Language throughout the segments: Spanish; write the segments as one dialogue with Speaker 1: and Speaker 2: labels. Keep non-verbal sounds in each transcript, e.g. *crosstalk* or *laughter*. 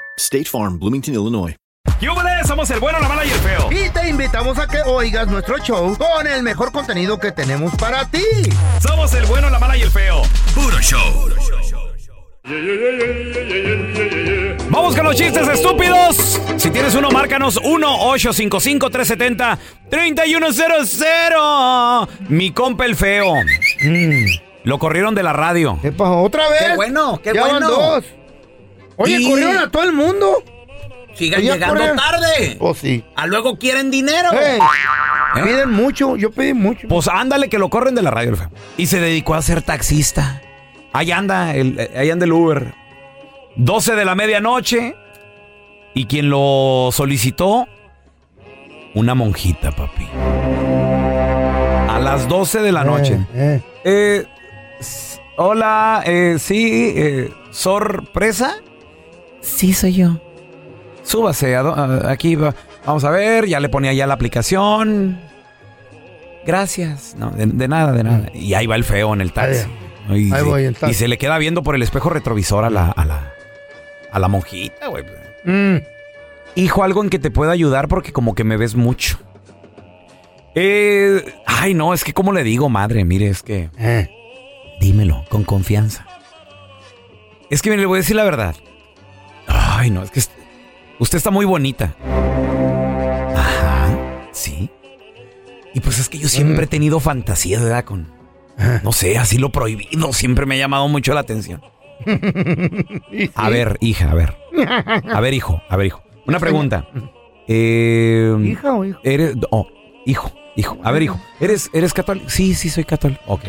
Speaker 1: State Farm, Bloomington, Illinois.
Speaker 2: ¡Yúbales! Somos el bueno, la mala y el feo.
Speaker 3: Y te invitamos a que oigas nuestro show con el mejor contenido que tenemos para ti.
Speaker 2: Somos el bueno, la mala y el feo. Puro show. Vamos con los chistes estúpidos. Si tienes uno, márcanos 1-855-370-3100. Mi compa el feo. Mm, Lo corrieron de la radio.
Speaker 3: Epa, otra vez.
Speaker 4: Qué bueno, qué
Speaker 3: Ya van
Speaker 4: bueno.
Speaker 3: dos. Oye,
Speaker 4: Sí.
Speaker 3: corrieron a todo el mundo.
Speaker 4: Sigan
Speaker 3: Ya
Speaker 4: llegando
Speaker 3: corre-
Speaker 4: tarde.
Speaker 3: Oh, sí.
Speaker 4: A luego quieren dinero.
Speaker 3: Ey, Piden mucho, yo pedí mucho.
Speaker 2: Pues ándale que lo corren de la radio el feo. Y se dedicó a ser taxista. Ahí anda, el, eh, ahí anda el Uber. 12 de la medianoche. Y quien lo solicitó, una monjita, papi. A las 12 de la noche.
Speaker 3: Eh,
Speaker 2: Eh, s- hola, eh, sí, eh, sorpresa.
Speaker 5: Sí, soy yo.
Speaker 2: Súbase, a do- a- aquí va- vamos a ver, ya le ponía ya la aplicación. Gracias. No, de, de nada, de nada. Y ahí va el feo en el taxi.
Speaker 3: Mm.
Speaker 2: Y,
Speaker 3: Ahí
Speaker 2: se-
Speaker 3: voy, el taxi.
Speaker 2: y se le queda viendo por el espejo retrovisor a la, a la, a la monjita, güey.
Speaker 3: eh. Mm,
Speaker 2: Hijo, algo en que te pueda ayudar porque como que me ves mucho. Eh, ay, no, es que como le digo, madre, mire, es que...
Speaker 3: eh.
Speaker 2: Dímelo, con confianza. Es que mire, le voy a decir la verdad. Ay, no, es que est- usted está muy bonita. Ajá, sí. Y pues es que yo siempre he
Speaker 3: Mm.
Speaker 2: tenido fantasía, ¿verdad? Con,
Speaker 3: Ah.
Speaker 2: no sé, así lo prohibido siempre me ha llamado mucho
Speaker 3: *laughs*
Speaker 2: la atención. A ver, hija, a ver. A ver, hijo, a ver, hijo. Una pregunta. Eh,
Speaker 3: Hija o hijo.
Speaker 2: Eres. Oh, hijo, hijo. A ver, hijo. ¿Eres, eres católico? Sí, sí, soy católico. Ok.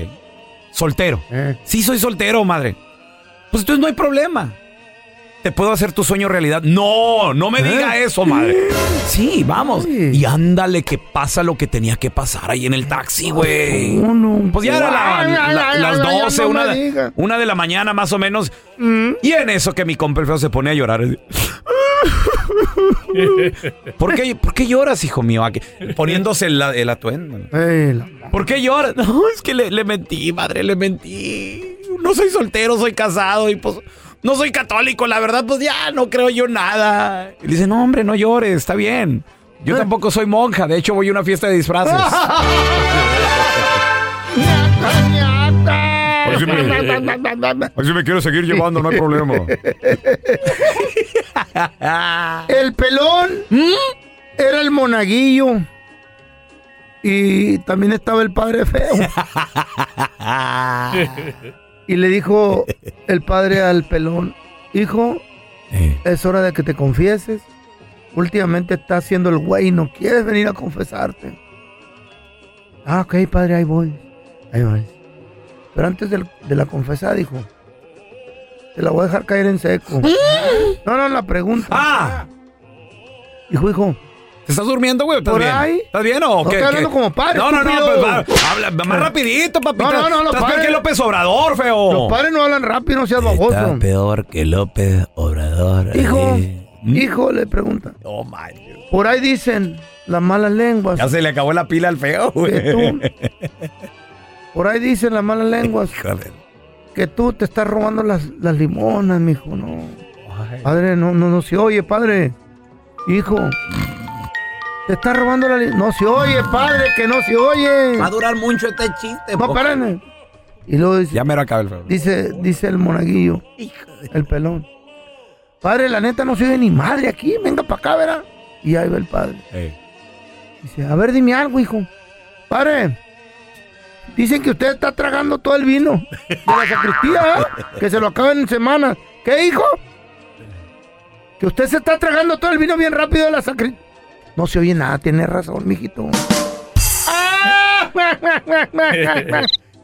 Speaker 2: Soltero.
Speaker 3: Eh.
Speaker 2: Sí, soy soltero, madre. Pues entonces no hay problema. Te puedo hacer tu sueño realidad. No, no me
Speaker 3: Eh.
Speaker 2: diga eso, madre. Sí, vamos.
Speaker 3: Uy.
Speaker 2: Y ándale, que pasa lo que tenía que pasar ahí en el taxi, güey. Pues ya era la-
Speaker 3: Ay,
Speaker 2: la-
Speaker 3: ay,
Speaker 2: las
Speaker 3: ay, ay,
Speaker 2: 12,
Speaker 3: no
Speaker 2: una,
Speaker 3: me
Speaker 2: de-
Speaker 3: diga. Mm.
Speaker 2: una de la mañana más o menos. Y en eso que mi compa el feo se pone a llorar. ¿Por qué, por qué lloras, hijo mío? Aquí, Poniéndose el, el atuendo.
Speaker 3: Ey, Eh, la-
Speaker 2: ¿Por qué lloras? No, es que le, le mentí, madre, le mentí. No soy soltero, soy casado y pues no soy católico. La verdad, pues ya no creo yo nada. Y le dice, no, hombre, no llores, está bien.
Speaker 3: Eh.
Speaker 2: Yo tampoco soy monja, de hecho voy a una fiesta
Speaker 3: *laughs*
Speaker 2: de disfraces.
Speaker 3: *laughs*
Speaker 2: Así me quiero seguir llevando, no hay problema.
Speaker 3: El pelón era el monaguillo. Y también estaba el padre feo. y le dijo el padre al pelón, hijo, es hora de que te confieses. Últimamente estás haciendo el güey y no quieres venir a confesarte. Ah, ok, padre, ahí voy. Ahí voy. Pero antes del- de la confesada, dijo, te la voy a dejar caer en seco. No, no, la pregunta.
Speaker 2: ¡Ah!
Speaker 3: Hijo, hijo,
Speaker 2: ¿Te estás durmiendo, güey? ¿Estás
Speaker 3: Por
Speaker 2: bien?
Speaker 3: ahí.
Speaker 2: ¿Estás bien o
Speaker 3: No,
Speaker 2: qué?
Speaker 3: estoy hablando
Speaker 2: qué?
Speaker 3: como padre,
Speaker 2: No, no, no,
Speaker 3: estúpido. Eh.
Speaker 2: pues, va, habla más rapidito, papito.
Speaker 3: No, no, no, los
Speaker 2: Estás peor
Speaker 3: padres-
Speaker 2: que López Obrador, feo.
Speaker 3: los padres no hablan rápido, no seas baboso.
Speaker 2: peor que López Obrador. ¿eh?
Speaker 3: Hijo,
Speaker 2: Mm.
Speaker 3: Hijo, le pregunta.
Speaker 2: Oh, my.
Speaker 3: Por ahí dicen las malas lenguas.
Speaker 2: Ya se le acabó la pila al feo, güey.
Speaker 3: Que tú- Por ahí dicen las malas lenguas
Speaker 2: Joder.
Speaker 3: que tú te estás robando las, las limonas, mijo. No. Padre, no, no, no se oye, padre. Hijo. Te estás robando la li- No se oye, padre, que no se oye.
Speaker 4: Va a durar mucho este chiste.
Speaker 3: No,
Speaker 4: po.
Speaker 3: espérame. Y luego dice,
Speaker 2: Ya me lo acabó el feo.
Speaker 3: dice, dice el monaguillo, el pelón. Padre, la neta no se oye ni madre aquí, venga para acá, verá. Y ahí va el padre.
Speaker 2: Ey.
Speaker 3: Dice, a ver, dime algo, hijo. Padre, dicen que usted está tragando todo el vino de la sacristía, ¿eh? que se lo acaban en semana. ¿Qué, hijo? Que usted se está tragando todo el vino bien rápido de la sacristía. No se oye nada, tiene razón, mijito.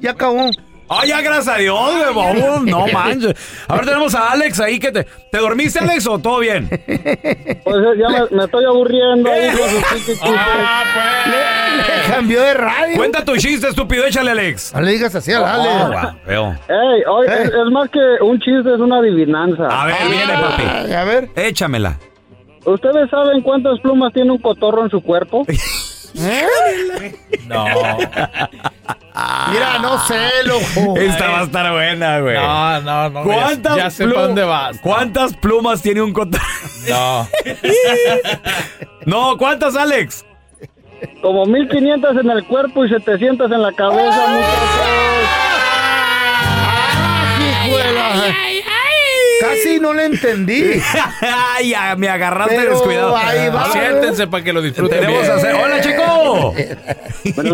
Speaker 3: ya acabó.
Speaker 2: Ay, Ah, ya, gracias a Dios, güey, vamos, no manches. A ver, tenemos a Alex ahí que te... ¿Te dormiste, Alex, o
Speaker 3: *laughs*
Speaker 2: todo bien?
Speaker 6: ya me, me estoy aburriendo ahí con sus chistes. *laughs*
Speaker 3: Cambió de radio.
Speaker 2: Ah, pues. Cuenta tu chiste, estúpido, échale, Alex.
Speaker 3: No le digas así a Ale.
Speaker 2: Oh, va, feo.
Speaker 6: Ey, hoy
Speaker 3: Ey.
Speaker 6: Es, es más que un chiste, es una adivinanza.
Speaker 2: A ver, viene, papi.
Speaker 3: Ay, a ver.
Speaker 2: Échamela.
Speaker 6: ¿Ustedes saben cuántas plumas tiene un cotorro en su *laughs* cuerpo?
Speaker 7: No.
Speaker 3: Mira, no sé, loco. *laughs*
Speaker 2: Esta va a estar buena, güey.
Speaker 3: Ah,
Speaker 7: No, no, no.
Speaker 2: ¿Cuántas,
Speaker 7: Ya, ya sé
Speaker 2: plu-
Speaker 7: para dónde vas.
Speaker 2: ¿Cuántas plumas tiene un cotorro?
Speaker 7: No.
Speaker 2: *laughs* No, ¿cuántas, Alex?
Speaker 6: Como 1500 en el cuerpo y 700 en la cabeza, muchachos.
Speaker 5: ay, ay!
Speaker 3: Casi no le entendí.
Speaker 2: Ay, *laughs* ya me agarraste
Speaker 3: Pero
Speaker 2: descuidado.
Speaker 3: ahí va.
Speaker 7: Siéntense para que lo disfruten.
Speaker 2: Tenemos
Speaker 7: bien.
Speaker 2: a hacer.
Speaker 3: *laughs*
Speaker 2: ¡Hola, chico!
Speaker 6: Buenos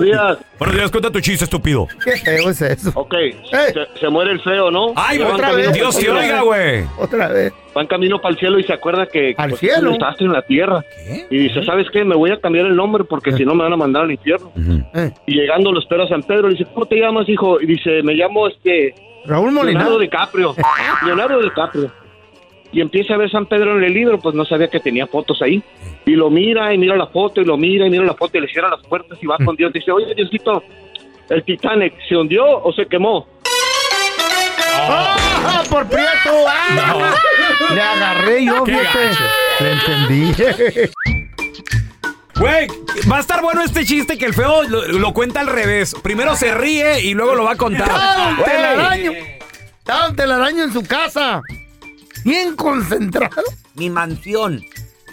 Speaker 6: días.
Speaker 2: Buenos días, cuenta tu chiste, estúpido.
Speaker 3: *laughs* Qué feo es eso.
Speaker 6: Ok, se, se muere el feo, ¿no?
Speaker 2: Ay,
Speaker 6: Ya van
Speaker 3: otra
Speaker 6: camino-
Speaker 3: vez.
Speaker 2: Dios te oiga, güey.
Speaker 3: Otra vez.
Speaker 6: Van camino para el cielo y se acuerda que
Speaker 3: ¿Al
Speaker 6: pues,
Speaker 3: cielo?
Speaker 6: estás en la tierra. Y dice, ¿sabes qué? Me voy a cambiar el nombre porque si no me van a mandar al infierno.
Speaker 3: Eh,
Speaker 6: Y llegando lo espera a San Pedro, le dice, ¿cómo te llamas, hijo? Y dice, me llamo este...
Speaker 3: Raúl Molinado.
Speaker 6: Leonardo DiCaprio. Leonardo DiCaprio. Y empieza a ver San Pedro en el libro, pues no sabía que tenía fotos ahí. Y lo mira y mira la foto y lo mira y mira la foto y le cierra las puertas y va con Dios. Dice, oye Diosito, el Titanic, ¿se hundió o se quemó?
Speaker 3: ¡Ah, por Prieto! ¡Ah! Le agarré yo, fíjate. Le entendí.
Speaker 2: Güey, va a estar bueno este chiste que el feo lo, lo cuenta al revés. Primero se ríe y luego lo va a
Speaker 3: Estaba
Speaker 2: contar.
Speaker 3: un telaraño. Estaba un telaraño en su casa. Bien concentrado
Speaker 4: Mi mansión.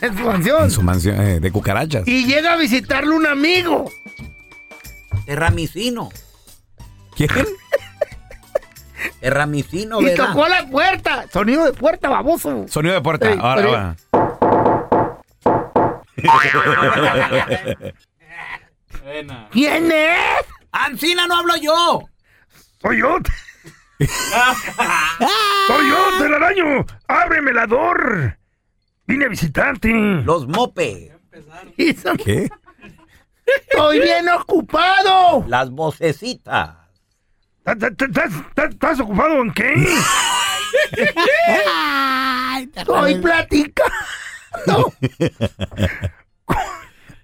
Speaker 3: en su mansión.
Speaker 2: En su mansión eh, de cucarachas.
Speaker 3: Y llega a visitarle un amigo.
Speaker 4: Terramicino.
Speaker 2: ¿Quién?
Speaker 4: Terramicino,
Speaker 3: y
Speaker 4: ¿verdad?
Speaker 3: tocó la puerta. Sonido de puerta, baboso.
Speaker 2: Sonido de puerta.
Speaker 3: Ey,
Speaker 2: Ahora,
Speaker 3: pero-
Speaker 2: ahora.
Speaker 3: ¿Quién es?
Speaker 4: ¡Ancina, no hablo yo!
Speaker 3: Soy yo. Soy yo, telaraño. Ábreme la door. Vine a visitarte.
Speaker 4: Los
Speaker 3: *laughs*
Speaker 4: mope.
Speaker 3: Y son-
Speaker 2: ¿Qué?
Speaker 3: Estoy bien ocupado.
Speaker 4: Las vocecitas.
Speaker 3: ¿Estás ocupado en qué? Estoy platicando.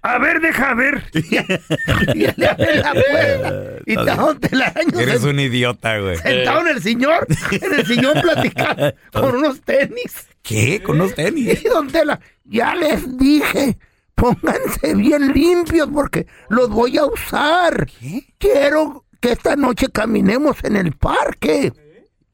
Speaker 3: A ver, deja ver. Y le abre la puerta. Y está un telaraño
Speaker 2: Eres un idiota,
Speaker 3: *laughs*
Speaker 2: güey.
Speaker 3: sentado en el señor, en el señor
Speaker 2: *laughs*
Speaker 3: platicando con unos tenis.
Speaker 2: ¿Qué? Con los tenis.
Speaker 3: Y don Tela, ya les dije, pónganse bien limpios porque los voy a usar. Quiero que esta noche caminemos en el parque.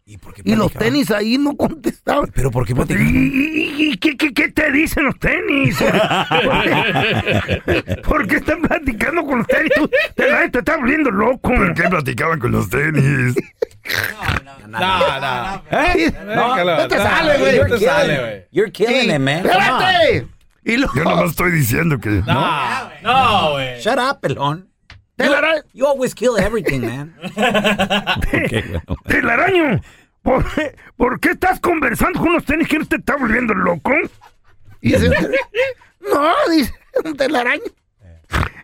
Speaker 2: ¿Y, por qué
Speaker 3: Y los
Speaker 2: platicaban?
Speaker 3: tenis ahí no contestaban. Pues,
Speaker 2: ¿Pero por qué
Speaker 3: ¿Y,
Speaker 2: platicaban?
Speaker 3: y- y qué, qué- qué te dicen los
Speaker 2: *laughs*
Speaker 3: tenis? ¿Por qué, por qué están platicando con los tenis? Tú- te, la- te estás volviendo loco.
Speaker 2: qué platicaban con los tenis?
Speaker 7: No, no.
Speaker 3: ¿Eh?
Speaker 7: Déjalo,
Speaker 3: No te
Speaker 7: no,
Speaker 3: sale, güey.
Speaker 7: No te sale, güey.
Speaker 4: You're killing it, man. Come on.
Speaker 3: ¡Espérate! Y luego,
Speaker 2: estoy diciendo que.
Speaker 7: No, no, güey.
Speaker 4: Shut up, pelón.
Speaker 3: te la-
Speaker 4: You always kill everything, man.
Speaker 3: Telaraño, ¿por, ¿por qué estás conversando con unos tenis que no te está volviendo loco? Y dice, *laughs* no, dice un telaraño.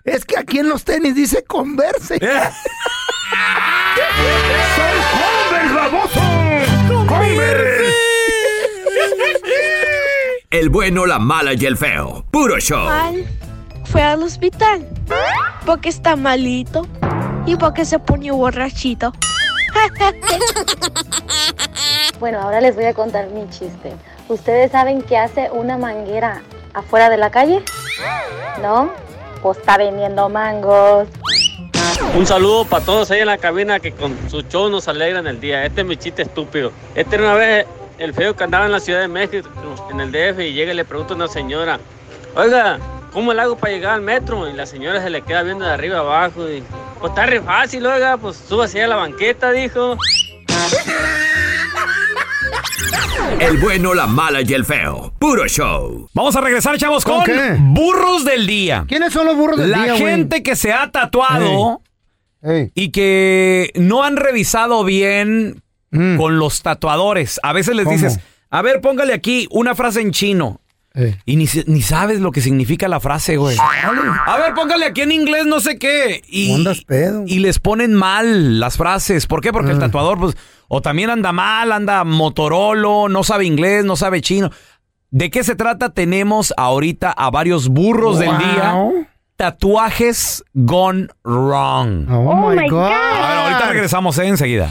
Speaker 3: Es que aquí en los tenis dice converse. ¡Son Converse, baboso! ¡Converse!
Speaker 1: El bueno, la mala y el feo. Puro show.
Speaker 6: Fue al hospital porque está malito y porque se pone borrachito.
Speaker 8: Bueno, ahora les voy a contar mi chiste. ¿Ustedes saben qué hace una manguera afuera de la calle? ¿No? Pues está vendiendo mangos.
Speaker 9: Un saludo para todos ahí en la cabina que con su show nos alegran el día. Este es mi chiste estúpido. Este era una vez el feo que andaba en la Ciudad de México, en el DF, y llega y le pregunta a una señora, oiga, ¿cómo le hago para llegar al metro? Y la señora se le queda viendo de arriba abajo y, pues está re fácil, oiga, pues suba hacia la banqueta, dijo.
Speaker 1: El bueno, la mala y el feo. Puro show.
Speaker 2: Vamos a regresar, chavos, con,
Speaker 1: ¿Con qué?
Speaker 2: burros del día.
Speaker 3: ¿Quiénes son los burros del
Speaker 2: La
Speaker 3: día, güey?
Speaker 2: gente que se ha tatuado y que no han revisado bien
Speaker 3: Mm.
Speaker 2: con los tatuadores. A veces les dices, a ver, póngale aquí una frase en chino. Y ni, se- ni sabes lo que significa la frase, güey. A ver, póngale aquí en inglés no sé qué. Y, y les ponen mal las frases. ¿Por qué? Porque el tatuador, pues, o también anda mal, anda motorolo, no sabe inglés, no sabe chino. ¿De qué se trata? Tenemos ahorita a varios burros del día. Tatuajes gone wrong.
Speaker 3: Oh, my God.
Speaker 2: A ver, Ah, ahorita regresamos eh, enseguida.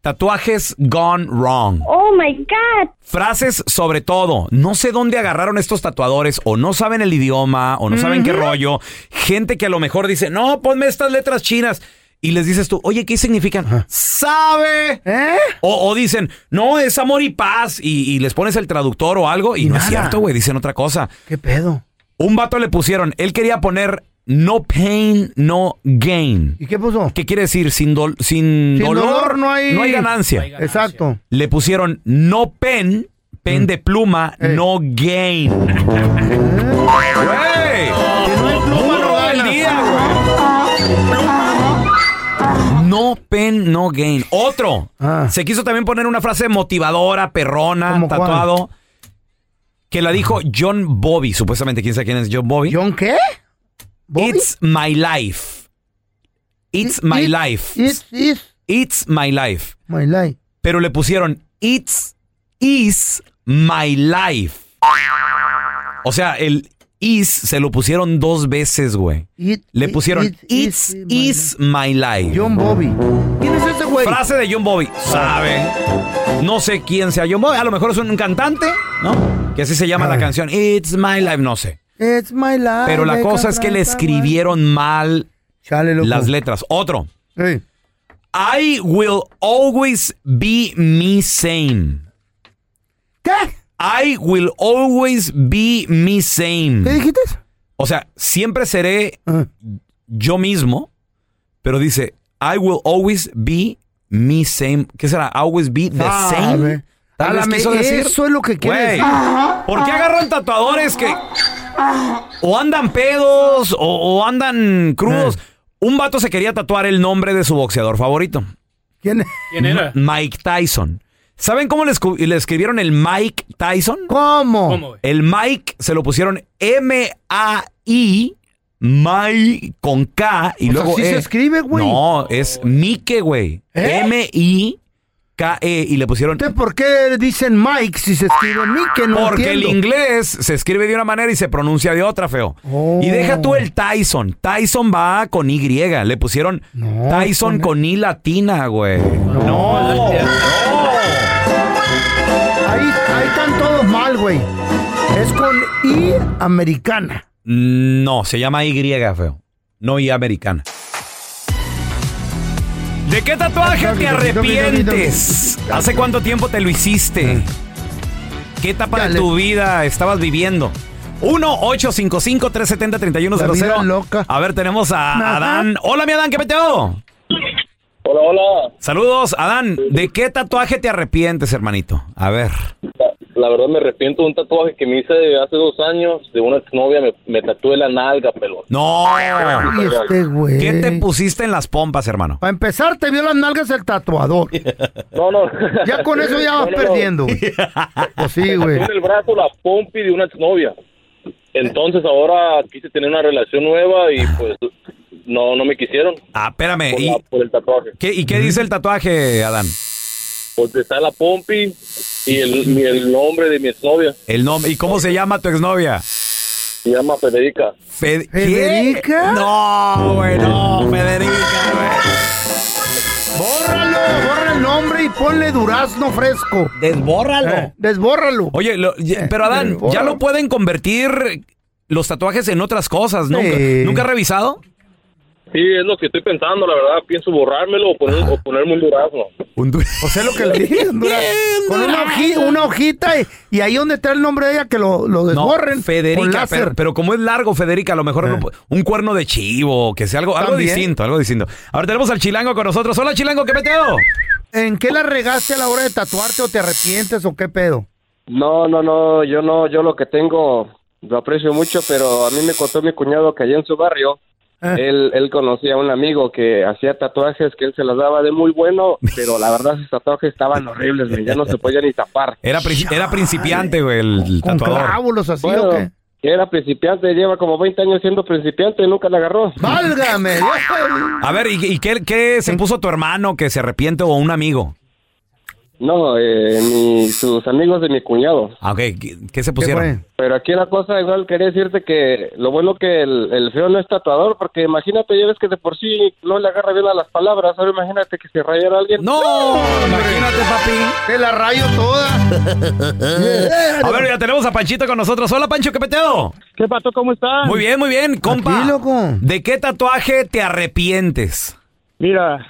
Speaker 2: Tatuajes gone wrong.
Speaker 10: Oh my God.
Speaker 2: Frases sobre todo. No sé dónde agarraron estos tatuadores o no saben el idioma o no saben qué rollo. Gente que a lo mejor dice, no, ponme estas letras chinas. Y les dices tú, oye, ¿qué significan? ¿Sabe?
Speaker 3: ¿Eh?
Speaker 2: O, o dicen, no, es amor y paz. Y, y les pones el traductor o algo y no es cierto, güey. Dicen otra cosa.
Speaker 3: ¿Qué pedo?
Speaker 2: Un vato le pusieron, él quería poner no pain, no gain.
Speaker 3: ¿Y qué puso?
Speaker 2: ¿Qué quiere decir? Sin, dol- sin,
Speaker 3: Sin
Speaker 2: dolor, no hay, ganancia.
Speaker 3: Exacto.
Speaker 2: Le pusieron no pen,
Speaker 3: Mm.
Speaker 2: pen de pluma, no gain. ¡Güey! Burro del día, güey. No pen, no gain. Otro. Se quiso también poner una frase motivadora, perrona,
Speaker 3: Ah. cuál?
Speaker 2: tatuado. Que la dijo John Bobby, supuestamente. ¿Quién sabe quién es John Bobby?
Speaker 3: ¿John qué?
Speaker 2: It's my life. It's my life.
Speaker 3: It's, it's
Speaker 2: It's my life.
Speaker 3: my life.
Speaker 2: Pero le pusieron It's is my life. O sea, el is se lo pusieron dos veces, güey.
Speaker 3: It-
Speaker 2: Le pusieron
Speaker 3: it-
Speaker 2: It's is my life.
Speaker 3: John Bobby. ¿Quién es ese güey?
Speaker 2: Frase de John Bobby. Sabe. No sé quién sea John Bobby. A lo mejor es un cantante, ¿no? Que así se llama la canción. It's my life, no sé.
Speaker 3: It's my life.
Speaker 2: Pero la
Speaker 3: I
Speaker 2: cosa
Speaker 3: can't
Speaker 2: es que le
Speaker 3: write that one.
Speaker 2: escribieron mal
Speaker 3: loco.
Speaker 2: las letras. Otro. I will always be me same.
Speaker 3: ¿Qué?
Speaker 2: I will always be me same.
Speaker 3: ¿Qué dijiste? Ah.
Speaker 2: O sea, siempre seré yo mismo, pero dice, I will always be me same. ¿Qué será? Always be the
Speaker 3: Sabe.
Speaker 2: same. Tal
Speaker 3: Ah, A
Speaker 2: vez
Speaker 3: la
Speaker 2: quiso
Speaker 3: me-
Speaker 2: decir-
Speaker 3: Eso es lo que quiere
Speaker 2: Güey,
Speaker 3: decir.
Speaker 2: ¿Por qué agarran tatuadores que o andan pedos o, o andan
Speaker 3: Eh.
Speaker 2: crudos? Un vato se quería tatuar el nombre de su boxeador favorito.
Speaker 3: ¿Quién,
Speaker 2: era? Mike Tyson. ¿Saben cómo le, escu- le escribieron el Mike Tyson?
Speaker 3: ¿Cómo?
Speaker 2: el Mike se lo pusieron M-A-I, Mike con K y
Speaker 3: O sea,
Speaker 2: luego.
Speaker 3: ¿sí se
Speaker 2: E.
Speaker 3: escribe, güey?
Speaker 2: No,
Speaker 3: ¿Eh?
Speaker 2: es Mike, güey. M-I-K-E E, y le pusieron
Speaker 3: Entonces, ¿por qué dicen Mike si se escribe Mike? No
Speaker 2: porque
Speaker 3: entiendo.
Speaker 2: el inglés se escribe de una manera y se pronuncia de otra, feo. Y deja tú el Tyson. Tyson va con Y. Le pusieron Tyson con I latina, güey. No.
Speaker 3: Ahí, ahí están todos mal, güey. Es con I americana.
Speaker 2: No, se llama Y, feo. No I americana. ¿De qué tatuaje te arrepientes? ¿Hace cuánto tiempo te lo hiciste? ¿Qué etapa de tu vida estabas viviendo? 1-855-370-3100. A ver, tenemos a Adán. Hola, mi Adán, ¿qué peteo?
Speaker 11: Hola, hola.
Speaker 2: Saludos, Adán. ¿De qué tatuaje te arrepientes, hermanito? A ver.
Speaker 11: La verdad me arrepiento de un tatuaje que me hice hace dos años de una exnovia. Me, me tatué la nalga, pelón.
Speaker 2: No.
Speaker 11: Ay, este güey.
Speaker 2: ¿Qué
Speaker 12: Eh.
Speaker 2: te pusiste en las pompas, hermano?
Speaker 3: Para empezar, te vio las nalgas el tatuador.
Speaker 11: No, no.
Speaker 3: Ya con eso
Speaker 11: *laughs*
Speaker 3: ya vas
Speaker 11: No, no,
Speaker 10: *laughs*
Speaker 11: no.
Speaker 2: *laughs*
Speaker 3: perdiendo. güey. Pues sí,
Speaker 11: Me
Speaker 3: güey.
Speaker 11: tatué en el brazo la pompi de una exnovia. Entonces ahora quise tener una relación nueva y pues no, no me quisieron.
Speaker 2: Ah, espérame.
Speaker 11: Por,
Speaker 2: ¿y-
Speaker 11: la- por el tatuaje.
Speaker 2: ¿Qué- ¿Y qué dice el tatuaje, Adán?
Speaker 11: Pues está la pompi y el, y el nombre de mi exnovia.
Speaker 2: El nombre. ¿Y cómo se llama tu exnovia?
Speaker 11: Se llama Federica.
Speaker 2: Fed- ¿Qué? No, güey, no, Federica,
Speaker 3: Bórralo, borra el nombre y ponle durazno fresco.
Speaker 2: Desbórralo.
Speaker 3: desbórralo. Eh,
Speaker 2: Oye, lo- ya- pero Adán, ¿ya lo pueden convertir? los tatuajes en otras cosas. ¿Nunca,
Speaker 11: Sí.
Speaker 2: ¿nunca has revisado?
Speaker 11: Sí, es lo que estoy pensando, la verdad. Pienso borrármelo o, poner, o ponerme un durazno.
Speaker 3: O sea, Pues lo que le dije, Honduras. Con una, hoji- una hojita y, y ahí donde está el nombre de ella que lo, lo
Speaker 2: No,
Speaker 3: desborren. con
Speaker 2: Federica,
Speaker 3: láser. Eh.
Speaker 2: pero, pero como es largo, Federica, a lo mejor no pu- un cuerno de chivo, que sea algo, algo
Speaker 3: También.
Speaker 2: distinto, algo distinto. Ahora tenemos al chilango con nosotros. Hola, chilango, ¿qué meteo?
Speaker 3: ¿En qué la regaste a la hora de tatuarte o te arrepientes o qué pedo?
Speaker 13: No, no, no, yo no, yo lo que tengo lo aprecio mucho, pero a mí me contó mi cuñado que allá en su barrio
Speaker 3: Ah.
Speaker 13: él, él conocía a un amigo que hacía tatuajes que él se los daba de muy bueno, pero la verdad sus tatuajes estaban horribles, güey, ya no se podía
Speaker 3: *laughs*
Speaker 13: ni tapar.
Speaker 2: Era, pri- era principiante, güey, el tatuador.
Speaker 3: clávulos así o qué?
Speaker 13: Era principiante, lleva como 20 años siendo principiante y nunca la agarró.
Speaker 3: ¡Válgame!
Speaker 2: A ver, ¿y, y qué, qué se puso tu hermano que se arrepiente o un amigo?
Speaker 13: No, eh, mi- sus amigos de mi cuñado.
Speaker 2: Ah, ok, ¿qué, qué se pusieron?
Speaker 13: Pero aquí la cosa, igual quería decirte que lo bueno que el, el feo no es tatuador, porque imagínate, ya ves que de por sí no le agarra bien a las palabras, ahora imagínate que se rayara alguien.
Speaker 2: ¡No! Imagínate, papi.
Speaker 3: Te la rayo toda.
Speaker 2: A ver, ya tenemos a Panchito con nosotros. Hola, Pancho, ¿qué peteo?
Speaker 10: ¿Qué pato? ¿Cómo estás?
Speaker 2: Muy bien, muy bien, compa. ¿De qué tatuaje te arrepientes?
Speaker 10: Mira,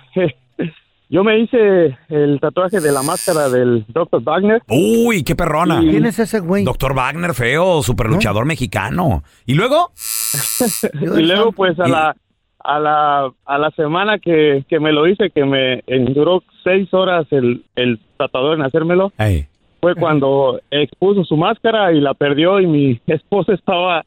Speaker 10: *laughs* yo me hice el tatuaje de la máscara del Dr. Wagner.
Speaker 2: Uy, qué perrona.
Speaker 10: Y-
Speaker 3: ¿Quién es ese güey?
Speaker 2: Doctor Wagner, feo, superluchador mexicano. ¿Y luego?
Speaker 10: Y luego, pues, a la, a la, a la semana que, que me lo hice, que me duró seis horas el, el tatuador en hacérmelo, fue cuando expuso su máscara y la perdió y mi esposa estaba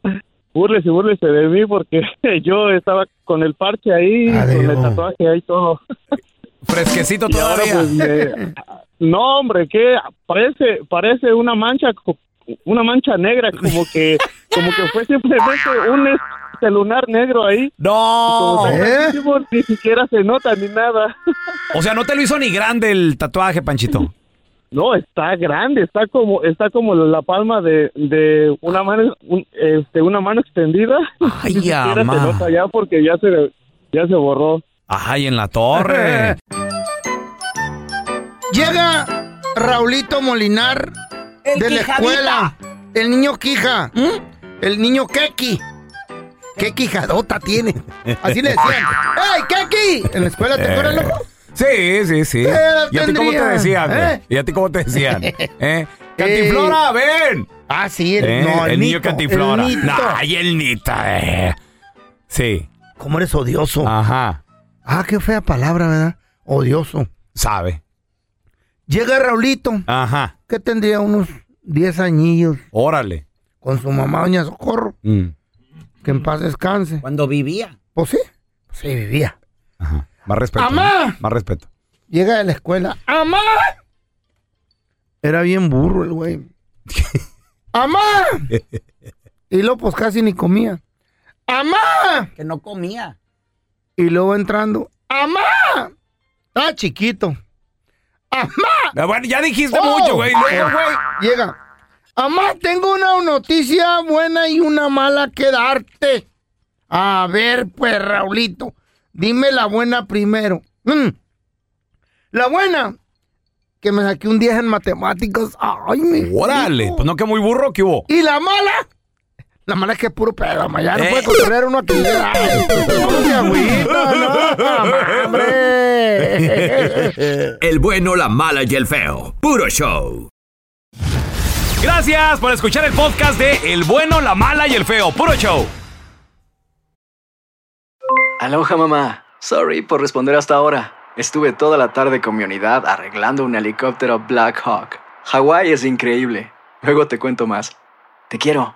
Speaker 10: burles y burles de mí porque *laughs* yo estaba con el parche ahí, con el tatuaje ahí todo. eh,
Speaker 2: Fresquecito todavía.
Speaker 3: pues,
Speaker 10: No, hombre, que parece parece una mancha co- una mancha negra como que como que fue simplemente un este lunar negro ahí.
Speaker 2: No.
Speaker 3: ¿Eh?
Speaker 10: Ni siquiera se nota ni nada. *laughs*
Speaker 2: O sea, no te lo hizo ni grande el tatuaje, Panchito.
Speaker 10: No, está grande, está como está como la palma de, de una mano un- este, una mano extendida. *laughs*
Speaker 2: Ay,
Speaker 10: ni siquiera se
Speaker 2: ama.
Speaker 10: nota ya porque ya se ya se borró.
Speaker 2: Ay, en la torre.
Speaker 3: Llega Raulito Molinar
Speaker 10: El
Speaker 3: de la
Speaker 10: Quijadita. ¿Mm?
Speaker 3: escuela. El niño Quija. El niño Keki. ¿Qué quijadota tiene? Así le
Speaker 2: *laughs*
Speaker 3: decían. ¡Ey, Keki! En la escuela *laughs* te acuerdas,
Speaker 2: Eh,
Speaker 3: loco.
Speaker 2: Sí, sí, sí.
Speaker 3: ¿Qué edad
Speaker 2: ¿Y a ti cómo te
Speaker 3: tendría?
Speaker 2: decían? güey?
Speaker 3: ¿Eh?
Speaker 2: ¿Y a ti cómo
Speaker 3: *laughs*
Speaker 2: te decían? ¿Eh? ¡Cantiflora, ven!
Speaker 3: Ah, sí, el,
Speaker 2: ¿Eh?
Speaker 3: no,
Speaker 2: el,
Speaker 3: el
Speaker 2: niño
Speaker 3: Nito,
Speaker 2: Cantiflora.
Speaker 3: el Nito.
Speaker 2: Nah, y el Nita, eh. Sí.
Speaker 3: ¿Cómo eres odioso?
Speaker 2: Ajá.
Speaker 3: Ah, qué fea palabra, ¿verdad? Odioso.
Speaker 2: Sabe.
Speaker 3: Llega Raulito,
Speaker 2: Ajá.
Speaker 3: que tendría unos 10 añillos,
Speaker 2: Órale.
Speaker 3: con su mamá, Doña Socorro.
Speaker 2: Mm.
Speaker 3: Que en paz descanse.
Speaker 4: Cuando vivía.
Speaker 3: Pues sí, sí vivía.
Speaker 2: Más respeto.
Speaker 3: ¡Amá!
Speaker 2: ¿no? Más respeto.
Speaker 3: Llega de la escuela. ¡Amá! Era bien burro el güey. *laughs* ¡Amá! Y luego pues casi ni comía. ¡Amá!
Speaker 4: Que no comía.
Speaker 3: Y luego entrando. ¡Amá! Estaba chiquito. ¡Amá!
Speaker 2: Ah, Bueno, ya dijiste
Speaker 3: Oh.
Speaker 2: mucho, güey. Luego, güey.
Speaker 3: Llega. Amá, tengo una noticia buena y una mala que darte. A ver, pues, Raulito, dime la buena primero. Mm. La buena, que me saqué un 10 en matemáticas. Ay, mi
Speaker 2: Órale. Pues no que muy burro que hubo.
Speaker 3: ¿Y la mala? La mala es que es puro pedo, ma, ya no
Speaker 2: Eh.
Speaker 3: puede controlar uno aquí.
Speaker 2: *laughs*
Speaker 3: Ay, no se agüita, no,
Speaker 2: *laughs*
Speaker 3: hombre.
Speaker 1: El bueno, la mala y el feo. Puro show.
Speaker 2: Gracias por escuchar el podcast de El Bueno, la Mala y el Feo. Puro show.
Speaker 12: Aloha mamá. Sorry por responder hasta ahora. Estuve toda la tarde con mi unidad arreglando un helicóptero Black Hawk. Hawái es increíble. Luego te cuento más. Te quiero.